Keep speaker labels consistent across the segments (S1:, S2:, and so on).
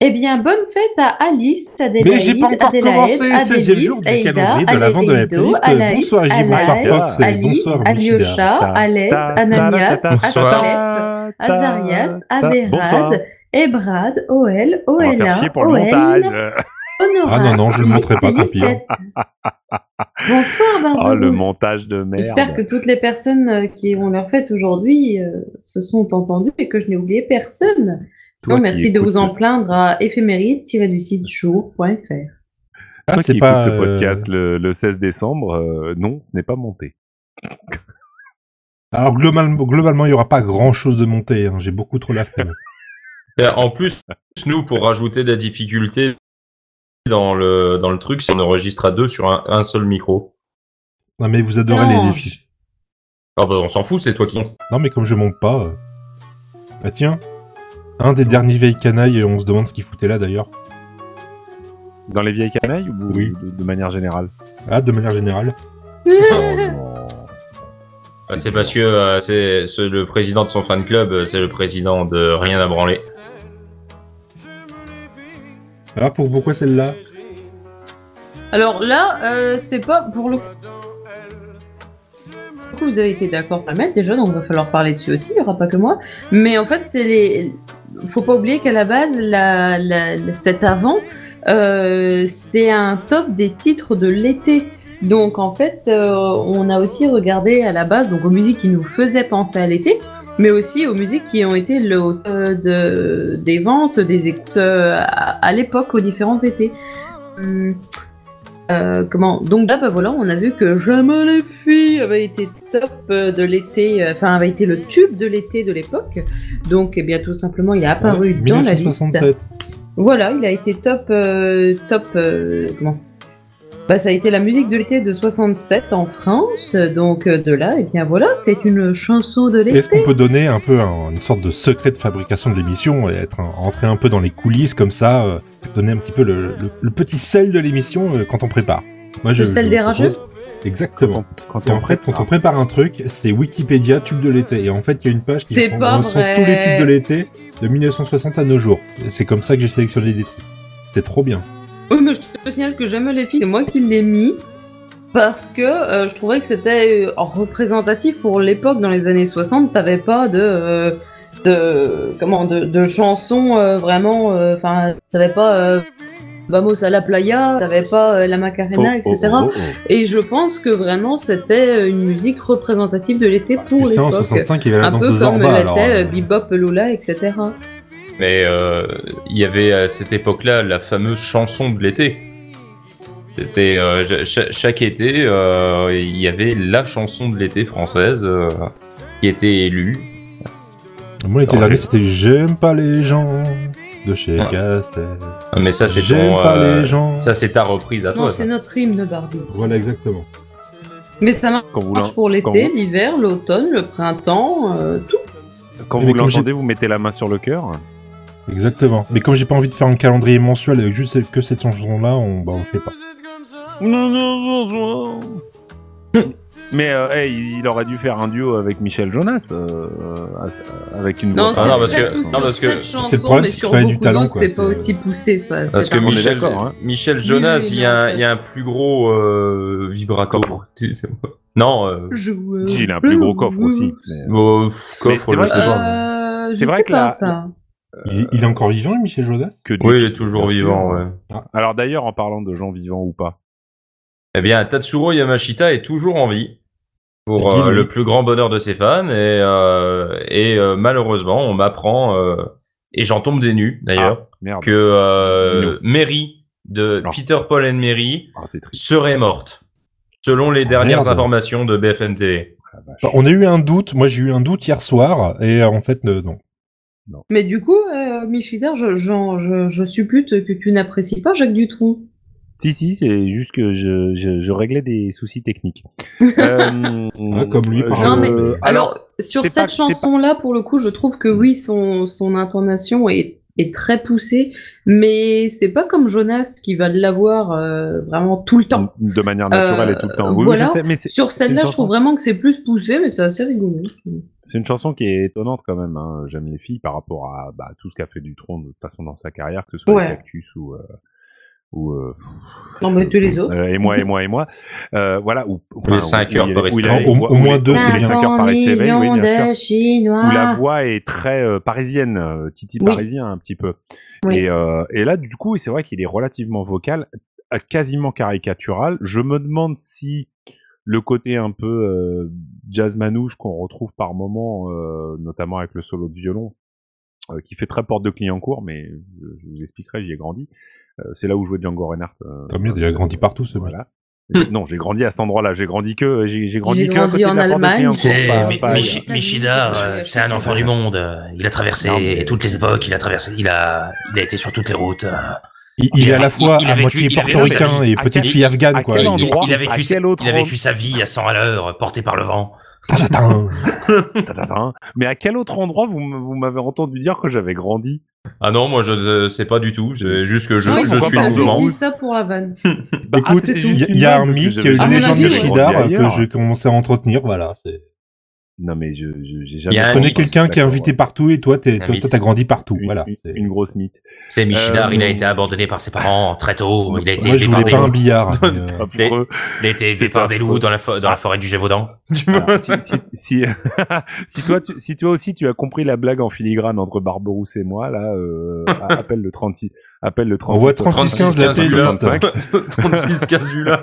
S1: Eh bien, bonne fête à Alice, Adélaïde,
S2: Mais j'ai pas encore
S1: Adélaïde,
S2: commencé 16 e jour du
S1: Adélaïde,
S2: calendrier de l'avant de la
S1: Aleido,
S2: playlist.
S1: Alaïs,
S2: Bonsoir Gilles, bonsoir
S1: Alaïs,
S2: Fox et
S1: Alice,
S2: bonsoir Michida.
S1: Alyosha, Alex, Ananias, Astalep, Azarias, Aberrad, Ebrad, Oel,
S3: On va faire
S1: Oela,
S3: chier pour le montage.
S1: Oel, Honora,
S2: Ah non, non, je ne montrerai pas, tant pis.
S1: Félicette. Bonsoir,
S3: Oh, le
S1: Barbarousse.
S3: montage de
S1: J'espère
S3: merde.
S1: que toutes les personnes euh, qui ont leur fête aujourd'hui euh, se sont entendues et que je n'ai oublié personne. Sinon,
S3: Toi
S1: Oh,
S3: qui
S1: merci de
S3: écoutes
S1: vous
S3: ce-
S1: en plaindre à éphéméride-du-site-show.fr.
S2: Ah,
S3: Toi
S2: c'est
S3: qui
S2: pas
S3: écoutes ce
S2: euh,
S3: podcast le, le 16 décembre, euh, non, ce n'est pas monté.
S2: euh, Alors globalement, globalement, il y aura pas grand chose de monté. hein. J'ai beaucoup trop la flemme.
S4: Et Ben, En plus, nous, pour rajouter de la difficulté dans le, dans le truc, c'est qu'on enregistre à deux sur un, un seul micro.
S2: Non mais vous adorez
S1: Non.
S2: les défis.
S4: Ah bah, on s'en fout, c'est toi qui compte.
S2: Non mais comme je monte pas. euh, Bah tiens, un des derniers vieilles canailles. On se demande ce qu'il foutait là d'ailleurs.
S3: Dans les vieilles canailles ou
S2: Oui.
S3: de, de manière générale
S2: Ah, de manière générale.
S4: Oh, Ah, C'est parce que euh, c'est c'est le président de son fan club, euh, c'est le président de Rien à branler.
S2: Alors Ah, pour pourquoi celle-là
S1: Alors là, euh, c'est pas pour le coup, vous avez été d'accord pour la mettre déjà, donc il va falloir parler dessus aussi, il n'y aura pas que moi. Mais en fait, c'est les. Faut pas oublier qu'à la base, la, la- la- cet avant, euh, c'est un top des titres de l'été. Donc en fait, euh, on a aussi regardé à la base donc aux musiques qui nous faisaient penser à l'été, mais aussi aux musiques qui ont été le euh, de, des ventes, des écoutes euh, à, à l'époque aux différents étés. Hum. Euh, comment Donc là, bah voilà, on a vu que J'aime les filles avait été top euh, de l'été, euh, enfin avait été le tube de l'été de l'époque. Donc, eh bien, tout simplement, il est
S2: Ah
S1: apparu dans la liste.
S2: 1967.
S1: Voilà, il a été top, euh, top. euh, comment bah, ça a été la musique de l'été de 67 en France, donc euh, de là, et bien voilà, c'est une chanson de
S2: Est-ce
S1: l'été.
S2: qu'on peut donner un peu un- une sorte de secret de fabrication de l'émission et être un, entrer un peu dans les coulisses comme ça, euh, donner un petit peu le, le- le petit sel de l'émission euh, quand on prépare Moi,
S1: Le sel des rageux
S2: propose- Exactement.
S3: Quand
S2: Et en fait, quand on prépare un truc, c'est Wikipédia tube de l'été. Et en fait, il y a une page qui
S1: C'est
S2: prend-
S1: pas
S2: recense
S1: vrai.
S2: tous les tubes de l'été de 1960 à nos jours. Et C'est comme ça que j'ai sélectionné des trucs. C'est trop bien.
S1: Oui, mais je te signale que J'aime les filles, c'est moi qui l'ai mis, parce que euh, je trouvais que c'était euh, en représentatif pour l'époque, dans les années 60, t'avais pas de... euh, de comment de, de chansons euh, vraiment euh, enfin t'avais pas euh, Vamos à la playa t'avais pas euh, la macarena
S2: Oh,
S1: etc Et je pense que vraiment c'était euh, une musique représentative de l'été pour
S2: Et ça, en
S1: l'époque.
S2: 65, il y avait la
S1: Un
S2: danse
S1: peu
S2: de
S1: comme
S2: Zorba. alors,
S1: l'était
S2: euh,
S1: euh, Bebop, Lola, etc.
S4: Mais euh, il y avait à cette époque-là la fameuse chanson de l'été. C'était euh, cha- cha- chaque été, euh, il y avait la chanson de l'été française euh, qui était élue.
S2: Moi, l'été
S4: Alors,
S2: dernier,
S4: je-
S2: c'était J'aime pas les gens de chez
S4: Ah.
S2: Castel.
S4: Ah, Mais ça c'est
S2: J'aime
S4: ton, euh,
S2: pas les gens.
S4: ça c'est ta reprise à
S1: Non,
S4: toi. bah. ça.
S1: c'est notre hymne Barbie.
S2: Voilà, exactement.
S1: Mais ça marche
S3: Quand vous l'en-
S2: Ah,
S1: pour l'été,
S3: quand
S1: l'hiver, l'automne, le printemps, euh, tout.
S3: quand
S2: Mais
S3: vous
S2: comme j'ai-
S3: l'entendez, vous mettez la main sur le cœur.
S2: Exactement. Mais comme j'ai pas envie de faire un calendrier mensuel avec juste que cette chanson-là, on, bah, on le fait pas.
S3: Non, non, non, non. Mais euh, hey, il il aurait dû faire un duo avec Michel Jonas, euh, euh, avec une
S1: Non,
S3: voix.
S1: c'est
S4: non,
S1: très
S4: parce que-
S1: poussé
S4: non, parce
S1: sur
S4: que
S1: cette
S4: c'est
S2: le
S1: chanson,
S2: problème,
S1: mais
S2: c'est
S1: sur
S2: qu'il fallait du
S1: beaucoup
S2: talent,
S1: d'autres,
S2: quoi.
S1: c'est pas
S2: C'est-
S1: aussi poussé, ça.
S4: Parce
S1: c'est
S4: que
S1: un-
S3: on est
S4: Michel,
S3: d'accord, hein.
S4: Michel
S1: Oui,
S4: Jonas,
S1: oui,
S4: il, y a
S1: non,
S4: un,
S1: ça,
S4: il y a un
S1: c'est-
S4: plus gros euh, vibrato. Non, euh,
S1: Joueur.
S3: Si, il a un plus gros coffre aussi. mais-
S4: bon, pff,
S3: Mais
S4: coffre,
S3: c'est
S4: je
S3: vrai
S4: sais
S3: que-
S4: pas.
S1: Euh,
S3: C'est
S1: je
S3: vrai
S1: sais
S3: que
S1: pas,
S3: la-
S1: ça.
S2: Il, il est encore vivant, Michel Jonas
S3: que du-
S4: Oui, il est toujours
S3: Bien sûr.
S4: vivant, ouais.
S3: Alors d'ailleurs, en parlant de gens vivants ou pas,
S4: Eh bien, Tatsuro Yamashita est toujours en vie pour
S2: Dis-le.
S4: euh, le plus grand bonheur de ses fans et, euh, et euh, malheureusement, on m'apprend euh, et j'en tombe des nues d'ailleurs
S3: merde,
S4: que euh,
S3: Dis-le.
S4: Mary de
S3: Alors.
S4: Peter Paul and Mary
S3: Ah, c'est triste.
S4: serait morte selon
S3: Ah,
S4: les dernières
S2: merde.
S4: informations de BFM TV.
S3: la vache.
S2: Bah, On a eu un doute. Moi, j'ai eu un doute hier soir. Et euh, en fait, euh, non.
S1: Mais du coup, euh, Michidar, je, j'en- je, je suppute que tu n'apprécies pas Jacques Dutronc.
S3: Si, si, c'est juste que je, je, je réglais des soucis techniques. Euh,
S2: Ouais, comme lui, par
S3: je-
S1: Non, mais-
S3: alors,
S1: Alors, sur
S3: c'est
S1: cette
S3: pas- c'est pas-
S1: chanson-là, pour le coup, je trouve que oui, son, son intonation est est très poussé, mais c'est pas comme Jonas qui va l'avoir euh, vraiment tout le temps.
S3: de manière naturelle et tout le temps. Oui, oui,
S1: voilà.
S3: je sais, mais c'est
S1: Sur
S3: c'est une
S1: celle-là, je
S3: chanson-
S1: trouve vraiment que c'est plus poussé, mais c'est assez rigolo.
S3: C'est une chanson qui est étonnante quand même. Hein. J'aime les filles par rapport à bah, tout ce qu'a fait Dutron de toute façon dans sa carrière, que ce soit
S1: Ouais.
S3: les cactus ou euh, ou euh,
S1: Non, mais tous les autres.
S3: euh, et moi et moi et moi. Euh, voilà ou
S4: Les cinq heures par
S3: où il
S4: Estrade.
S3: avait-
S2: Au-
S3: où
S2: au moins
S3: les-
S2: deux,
S3: où
S2: c'est
S3: les
S2: bien.
S3: 5 heures par SCV, oui, bien sûr.
S1: Chinois.
S3: où la voix est très euh, parisienne, euh, Titi
S1: Ah. Oui.
S3: parisien un petit peu.
S1: Oui.
S3: Et, euh, et là, du coup, c'est vrai qu'il est relativement vocal, euh, quasiment caricatural. Je me demande si le côté un peu euh, jazz manouche qu'on retrouve par moment, euh, notamment avec le solo de violon, euh, qui fait très porte de Clignancourt, mais je, je vous expliquerai, j'y ai grandi. Euh, c'est là où jouait Django Reinhardt. euh,
S2: Tant mieux, il a grandi partout, ce mec.
S3: voilà. J'ai- Non, j'ai grandi à cet endroit-là. J'ai grandi que j'ai j'ai grandi,
S1: J'ai
S3: que à
S1: grandi
S3: côté de
S1: en
S3: la porte de
S1: Allemagne.
S3: Clignancourt,
S5: C'est
S3: pas-
S5: Mi-
S3: pas-
S5: Michi-
S1: pas-
S5: Michida,
S1: pas-
S5: euh, c'est un enfant du monde. euh, Il a traversé
S3: Non, mais-
S5: toutes les époques, il a traversé, il a, il a été sur toutes les routes. euh,
S2: Il, il
S5: Il
S2: est à
S5: a-
S2: la fois
S5: il a
S2: à
S5: vécu-
S2: moitié
S5: il a vécu
S2: portoricain
S5: sa
S2: et
S3: à
S2: petite
S3: quel-
S2: fille afghane,
S3: à
S2: quoi.
S3: quel
S2: Il est-
S3: endroit
S5: Il a
S3: à
S5: vécu, sa,
S3: quel autre
S5: il a vécu
S3: endroit-
S5: sa vie à 100 à l'heure, porté par le vent.
S2: Tatatin.
S3: Tatatin. Mais à quel autre endroit vous, m- vous m'avez entendu dire que j'avais grandi
S4: Ah non, moi je ne sais pas du tout. C'est juste que je,
S1: Ah Oui,
S4: je
S3: pourquoi
S4: suis
S1: pas,
S4: au
S3: pas,
S1: juste
S4: courant.
S1: dit ça pour la vanne.
S3: Bah, ah,
S2: Écoute,
S3: c'était
S2: il y a-
S3: juste
S2: il y a
S3: une
S2: un
S3: blague, Ah, parce
S2: mythe,
S3: que
S2: il y a
S3: j'avais
S2: une
S1: À mon avis,
S2: légende de
S1: oui.
S3: grandi
S2: Shidar que
S3: ailleurs.
S2: j'ai commencé à entretenir, voilà. c'est-
S3: Non mais je je- j'ai
S4: Il y
S3: jamais.
S4: a un
S2: Je
S4: Ah,
S2: connais
S4: mythe.
S2: quelqu'un qui est
S3: D'accord,
S2: invité partout et toi, t'es-
S4: Un
S2: toi,
S4: mythe.
S2: toi, t'as grandi partout,
S3: ouais. Une,
S2: voilà.
S3: une-
S2: c'est-
S3: une grosse mythe.
S5: C'est Michidar,
S3: Euh,
S5: il a été abandonné par ses parents très tôt. Il a été
S2: Moi, je
S5: élevé par
S2: voulais
S5: des
S2: pas un
S5: loups.
S2: billard. mais, euh,
S5: Les-
S3: Affreux.
S5: Il a été élevé
S3: C'est
S5: par
S3: pas
S5: des
S3: faux.
S5: loups dans la, fo- dans la forêt du Gévaudan.
S3: Voilà, si, si, si, si toi tu, si toi aussi tu as compris la blague en filigrane entre Barberousse et moi là, euh, a- appelle le 36, appelle le 36.
S2: voit 36, 15, la
S3: 65,
S2: playlist.
S3: 65.
S4: 36 Casula.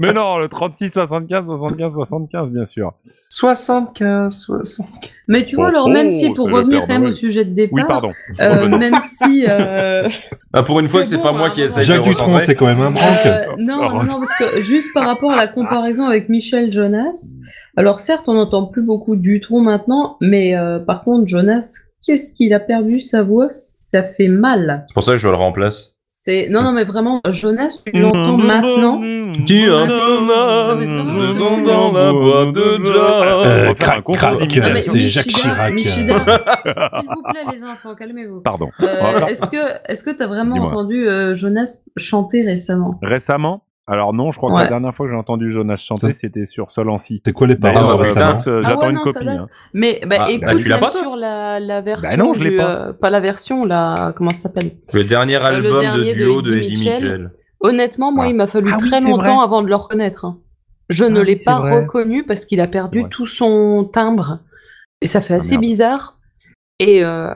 S3: Mais non, le 36 75 75 75 bien sûr.
S4: 75, 60.
S1: Mais tu vois,
S3: Oh,
S1: alors
S3: oh,
S1: même si, pour
S3: c'est le
S1: revenir
S3: Père
S1: quand même au
S3: Noël.
S1: sujet de
S3: Oui,
S1: départ,
S3: pardon.
S1: euh,
S3: Oh, ben non.
S1: même si... euh,
S4: Ah, pour une fois que
S1: C'est
S4: c'est
S1: bon,
S4: pas moi
S1: hein,
S4: qui
S1: non,
S4: essaye de
S2: Jacques
S4: le
S2: Dutronc,
S4: recentrer.
S2: c'est quand même un branque.
S1: Euh, non, non,
S3: Heureusement.
S1: non, parce que juste par rapport à la comparaison avec Michel Jonas, alors certes, on n'entend plus beaucoup Dutron maintenant, mais euh, par contre, Jonas, qu'est-ce qu'il a perdu sa voix Ça fait mal.
S4: C'est pour ça que je le remplace.
S1: C'est non, non, mais vraiment, Jonas, tu l'entends
S3: Mm-hmm.
S1: maintenant.
S3: Euh, hein.
S1: mais c'est pas vrai.
S2: Euh,
S3: On va faire un
S2: crac,
S3: concours
S2: crac,
S1: Non, mais
S3: d'élimination.
S2: c'est Jacques
S1: Michida-
S2: Chirac.
S1: Michida, s'il vous plaît, les enfants, calmez-vous.
S3: Pardon.
S1: Euh,
S3: On va faire-
S1: est-ce que est-ce que t'as vraiment
S3: Dis-moi.
S1: entendu euh, Jonas chanter récemment
S3: Récemment Alors non, je crois que
S1: Ouais.
S3: la dernière fois que j'ai entendu Jonas chanter,
S2: Ça-
S3: c'était sur Solancy.
S2: C'est quoi les paroles
S3: D'ailleurs,
S4: bah,
S3: euh,
S2: récemment
S4: putain.
S3: Max, euh,
S1: Ah
S3: j'attends
S1: ouais,
S3: une
S1: non, ça
S3: copie.
S1: date.
S3: hein.
S1: Mais bah,
S4: Ah, bah,
S1: écoute,
S4: tu l'as
S1: même
S4: pas, toi
S1: sur la, la version,
S3: non, je l'ai
S1: du,
S3: pas.
S1: euh, pas la version, la comment ça s'appelle
S4: Le dernier album
S1: Ah, dernier
S4: de
S1: de
S4: duo de
S1: Eddie
S4: Eddie
S1: Mitchell.
S4: Mitchell.
S1: Honnêtement, moi,
S3: Ah.
S1: il m'a fallu
S3: Ah oui,
S1: très
S3: c'est
S1: longtemps
S3: vrai.
S1: avant de le reconnaître. hein. Je ne
S3: Ah
S1: l'ai
S3: oui, c'est
S1: pas
S3: vrai.
S1: reconnu parce qu'il a perdu
S3: Ouais. Ah,
S1: tout son timbre. Et ça fait assez
S3: merde.
S1: bizarre. Et, euh,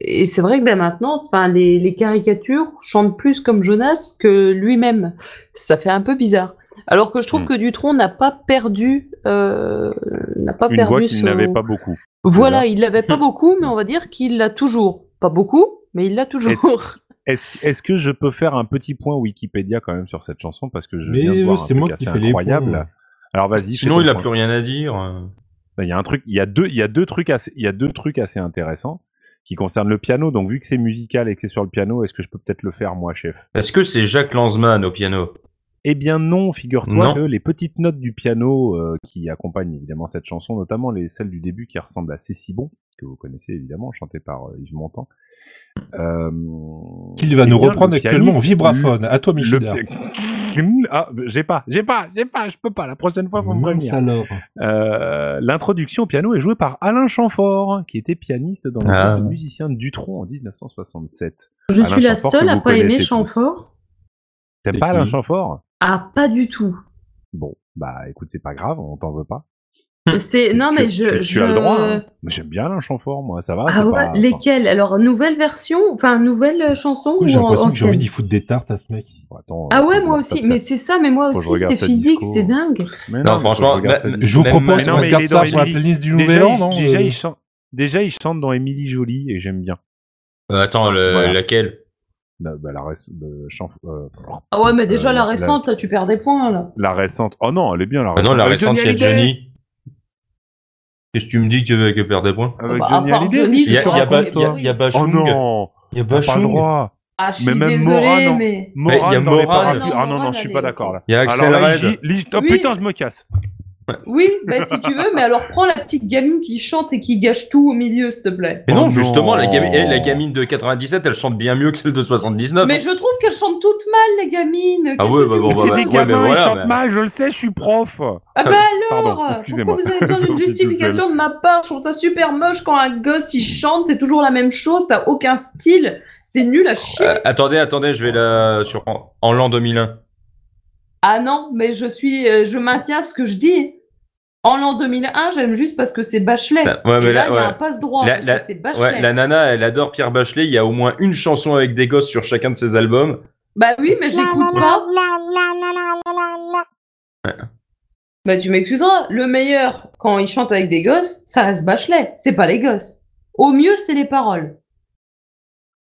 S1: et c'est vrai que ben, maintenant, enfin, les, les caricatures chantent plus comme Jonas que lui-même. Ça fait un peu bizarre. Alors que je trouve
S3: Mm.
S1: que Dutron n'a pas perdu, euh, n'a
S2: Oh,
S1: pas
S3: Une
S1: perdu
S3: voix qu'il
S1: son-
S2: euh.
S3: n'avait pas beaucoup.
S1: Voilà,
S3: déjà.
S1: il l'avait pas beaucoup, mais on va dire qu'il l'a toujours. Pas beaucoup, mais il l'a toujours.
S3: Est-ce est-ce que je peux faire un petit point Wikipédia quand même sur cette chanson parce que je
S2: Mais
S3: viens de
S2: euh,
S3: voir un
S2: c'est
S3: truc
S2: moi qui
S3: assez
S2: fais les points.
S3: incroyable. Alors vas-y.
S4: Sinon,
S3: fais ton
S4: il a
S3: point.
S4: plus rien à dire. euh.
S3: Ben, Il y a un truc, il y a deux, il y a deux trucs assez, il y a deux trucs assez intéressants qui concernent le piano. Donc vu que c'est musical et que c'est sur le piano, est-ce que je peux peut-être le faire moi, chef
S4: Est-ce que c'est Jacques Lanzmann au piano
S3: Eh bien non, figure-toi
S4: Non.
S3: que les petites notes du piano euh, qui accompagnent évidemment cette chanson, notamment les celles du début qui ressemblent à C'est si bon que vous connaissez évidemment, chantée par euh, Yves Montand. Euh,
S2: Qu'il va
S3: eh
S2: nous
S3: bien,
S2: reprendre
S3: le
S2: actuellement en
S3: pianiste-
S2: vibraphone. À toi,
S3: Le
S2: Michida.
S3: pi- ah, j'ai pas, j'ai pas, j'ai pas, je peux pas. La prochaine fois, faut me
S2: Mince
S3: prévenir.
S2: alors.
S3: Euh, l'introduction au piano est jouée par Alain Chamfort, qui était pianiste dans le
S4: Ah.
S3: groupe de musiciens Dutron en 1967.
S1: Je
S3: Alain
S1: suis la
S3: Chamfort,
S1: seule
S3: Ah que
S1: à
S3: vous
S1: pas aimer
S3: connaissez tous.
S1: Chamfort.
S3: T'aimes
S2: Et
S3: pas Alain
S2: qui
S3: Chamfort
S1: Ah, pas du tout.
S3: Bon, bah écoute, c'est pas grave, on t'en veut pas.
S1: C'est
S3: Mmh. Tu-
S1: non
S3: tu-
S1: mais
S3: tu-
S1: je
S3: tu,
S1: je-
S3: as le droit. hein. Moi, J'aime bien Alain Chamfort, moi, ça va.
S1: Ah,
S3: c'est
S1: ouais,
S3: pas-
S1: lesquelles Alors nouvelle version, enfin nouvelle euh, chanson
S2: J'ai
S1: ou an-
S2: l'impression que j'ai
S1: ancienne
S2: envie d'y foutre des tartes à ce mec.
S3: Bon, attends,
S1: Ah
S3: faut
S1: ouais,
S3: que
S1: moi
S3: je
S1: aussi,
S3: regarde
S1: mais
S3: ça.
S1: c'est ça mais moi
S3: Faut que je
S1: aussi c'est
S3: regarde sa
S1: physique,
S3: disco.
S1: c'est dingue.
S3: Mais
S4: Non,
S3: mais
S4: franchement,
S3: je regarde
S4: ma-
S3: ça.
S4: ma-
S2: Je vous
S4: Même-
S2: propose
S4: mais non,
S2: qu'on
S4: mais
S2: se
S4: il
S2: garde
S3: est
S2: ça
S3: dans
S2: pour la
S3: une-
S2: playlist du
S3: Déjà,
S2: Nouvel An,
S3: il-
S2: non
S3: déjà,
S2: euh,
S3: il chante. Déjà, il chante dans Émilie Jolie et j'aime bien.
S4: Euh, Attends, le-
S3: Voilà.
S4: laquelle
S3: Bah, bah, la, réc- euh, Chamf- euh,
S1: Ah ouais, mais déjà
S3: Euh,
S1: la récente, là, tu perds des points là.
S3: la récente. Oh non, elle est bien la
S4: Ah
S3: récente.
S4: non, la
S3: Avec
S4: récente, il y a
S3: Hallyday.
S4: Johnny. Qu'est-ce que tu me dis que, que perd des points
S3: Avec
S1: Bah, à
S3: Johnny
S1: part
S3: Hallyday.
S1: Johnny,
S3: qu'est-ce
S4: Il y a,
S3: que tu
S4: il y a,
S3: racontes,
S4: Ba-
S1: racontes,
S4: il y a,
S1: toi.
S4: il y a
S3: Oh
S4: Bachung.
S3: non,
S4: il y a
S3: t'as pas le
S4: Bachung.
S3: droit.
S1: Ah, je
S3: Mais
S1: suis
S3: même
S1: désolée,
S3: Morane,
S1: mais
S4: Mais il y a
S3: Morane dans les
S4: Morane.
S3: paragraphes. Ah non, non, je suis pas d'accord là.
S4: Il y a Axel
S3: Alors là,
S4: Red.
S3: Ligi- Ligi- oh,
S1: Oui.
S3: putain, je me casse.
S1: Oui, bah si tu veux, mais alors prends la petite gamine qui chante et qui gâche tout au milieu, s'il te plaît.
S4: Mais
S3: Oh
S4: non, justement, la,
S3: non.
S4: gamine, eh, la gamine de 97, elle chante bien mieux que celle de
S3: Ah,
S4: 79.
S1: Mais je trouve qu'elles chantent toutes mal, les gamines.
S4: Ah
S1: Qu'est-ce
S4: ouais,
S1: que
S4: bah
S1: tu
S4: bon,
S1: veux
S4: bah, bah, ouais, mais
S3: ils
S4: voilà,
S3: chantent
S4: mais-
S3: mal, je le sais, je suis prof.
S1: Ah bah alors
S3: Pardon, excusez-moi.
S1: Pourquoi vous avez besoin d'une
S3: Sorti tout
S1: justification de ma part Je trouve ça super moche quand un gosse il chante, c'est toujours la même chose, t'as aucun style, c'est nul à chier.
S4: Euh, attendez, attendez, je vais la sur en, en l'an 2001.
S1: Ah non, mais je suis, euh, je maintiens ce que je dis. En l'an 2001, j'aime juste parce que c'est Bachelet.
S4: Putain, Ouais,
S1: Et
S4: Ah,
S1: là,
S4: mais là,
S1: Eh, ben, il y a un passe-droit
S4: La-
S1: parce
S4: la-
S1: que c'est
S4: ouais,
S1: Bachelet.
S4: ouais, la nana, elle adore Pierre Bachelet. Il y a au moins une chanson avec des gosses sur chacun de ses albums.
S1: Bah oui, mais j'écoute pas. Bah tu m'excuseras, le meilleur quand il chante avec des gosses, ça reste Bachelet, c'est pas les gosses. Au mieux, c'est les paroles.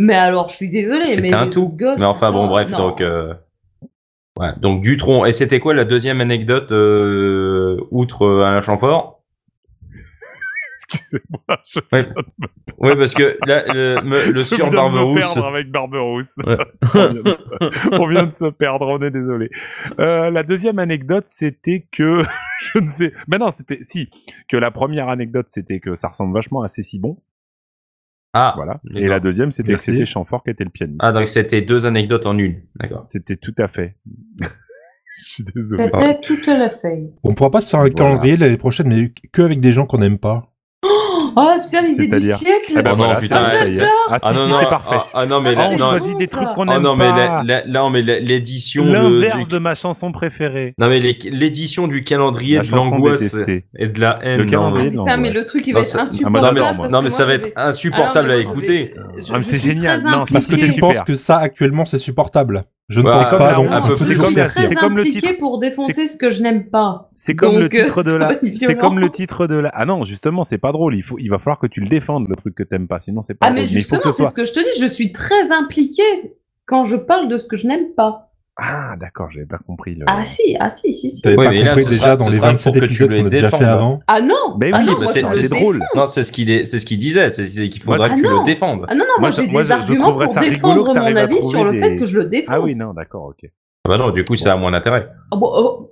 S1: Mais alors, je suis désolée,
S4: C'était
S1: mais
S4: un
S1: les
S4: tout.
S1: autres gosses,
S4: mais enfin, bon,
S1: ça,
S4: bref,
S1: non.
S4: donc. euh, ouais, donc Dutron. Et c'était quoi la deuxième anecdote euh, outre euh, Alain Chamfort
S3: Excusez-moi, je
S4: Oui, parce que là, le, me- le
S3: je viens
S4: sur
S3: de me
S4: Barberousse.
S3: perdre avec Barberousse.
S4: Ouais.
S3: on, vient de se, on vient de se perdre, on est désolé. Euh, la deuxième anecdote, c'était que je ne sais. Ben non, c'était si que la première anecdote, c'était que ça ressemble vachement à C'est si bon.
S4: Ah,
S3: Voilà. Et
S4: d'accord.
S3: la deuxième, c'était que
S2: Merci.
S3: c'était Chamfort qui était le pianiste.
S4: ah, donc c'était deux anecdotes en une. D'accord.
S3: C'était tout à fait. je suis désolé. Ah, ben
S1: C'était tout à la fait.
S2: On pourra pas se faire un
S3: Voilà.
S2: calendrier l'année prochaine, mais que avec des gens qu'on n'aime pas.
S1: Oh putain, les idées du
S3: C'est-à-dire
S1: siècle
S3: Ah ben
S4: Oh non,
S3: voilà,
S4: putain,
S3: ça y est.
S1: j'adore.
S3: Ah, si,
S4: Ah non,
S3: si,
S4: non,
S3: c'est parfait.
S4: Ah, ah non, mais
S1: Ah, c'est
S4: là,
S3: on
S4: non,
S1: bon,
S3: choisit des
S1: ça.
S3: trucs qu'on
S4: Oh
S3: aime
S4: non, mais la-
S3: pas.
S4: la- là, on met la- l'édition de,
S3: L'inverse
S4: du-
S3: de ma chanson préférée.
S4: non mais les- l'édition du calendrier
S3: La
S4: de
S3: chanson
S4: l'angoisse
S3: détestée.
S4: et de la haine.
S3: Le
S4: non,
S3: calendrier
S4: non.
S3: de
S1: Ah, Putain, mais
S3: l'angoisse.
S1: le truc, il
S4: Non,
S1: va
S4: ça-
S1: être
S3: Ah,
S1: insupportable.
S3: bah,
S4: Non mais,
S3: j'adore,
S4: ça-
S3: moi.
S1: parce
S4: non,
S1: que
S4: mais ça
S1: moi,
S4: va
S1: je
S4: être
S1: vais-
S4: insupportable
S1: Ah,
S4: à
S1: non, mais moi, je vais-
S4: écouter.
S1: je-
S3: Ah, mais
S1: je
S3: c'est
S1: suis
S3: génial.
S1: très
S3: Non, c'est
S2: Parce que
S1: impliquée.
S2: tu
S3: super.
S2: penses que ça actuellement c'est supportable. Je ne
S4: Ouais,
S2: pense
S4: c'est
S2: pas,
S3: comme
S2: donc
S3: la-
S2: on
S1: Non, je
S2: peut
S3: c'est
S2: tout
S1: suis
S3: comme la-
S2: faire.
S1: très
S3: c'est comme le
S1: impliquée
S3: titre.
S1: pour défoncer ce que je n'aime pas.
S3: C'est comme le
S1: Donc, euh,
S3: titre de
S1: ça va
S3: la.
S1: être
S3: C'est comme le
S1: violent.
S3: titre de la. Ah non, justement, c'est pas drôle. Il faut, il va falloir que tu le défendes le truc que t'aimes pas, sinon c'est pas
S1: Ah
S3: drôle.
S1: mais
S3: il faut
S1: justement,
S3: que ce
S1: c'est
S3: soit.
S1: ce que je te dis, je suis très impliquée quand je parle de ce que je n'aime pas.
S3: Ah d'accord, j'avais pas compris le.
S1: Ah si, ah si, si, si.
S2: T'avais
S4: Oui,
S2: pas
S4: mais là,
S2: compris
S4: ce
S2: déjà
S4: sera-
S2: dans
S4: ce
S2: les
S4: sera pour
S2: 27
S4: que tu
S2: épisodes
S4: les
S2: qu'on a déjà fait
S4: défendes.
S2: avant.
S1: Ah non
S3: Ben
S1: ah
S3: oui,
S1: non,
S3: mais
S1: moi,
S4: c'est-
S1: je
S4: c'est
S1: le
S3: drôle.
S1: défends.
S4: Non, c'est ce qu'il est, c'est ce qu'il disait, c'est c'est qu'il faudra
S1: Ah
S4: que tu
S1: non.
S4: le défendes.
S1: Ah non, non, moi,
S3: Moi, je-
S1: j'ai
S3: moi,
S1: des
S3: je- je
S1: arguments
S3: trouverais
S1: pour
S3: ça rigolo
S1: défendre
S3: que
S1: mon
S3: t'arrives à
S1: avis sur le
S3: trouver
S1: fait
S3: des-
S1: que je le défonce.
S3: Ah oui, non, d'accord, ok.
S4: Ah bah non, du coup, ça a moins d'intérêt.
S1: Ah bon, oh.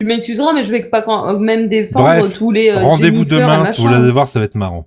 S1: Tu m'excuseras, mais je vais pas quand même défendre
S2: Bref,
S1: tous les. euh,
S2: Rendez-vous
S1: Jennifer et
S4: Euh,
S2: demain, si vous
S1: machin.
S2: voulez aller voir, ça va être marrant.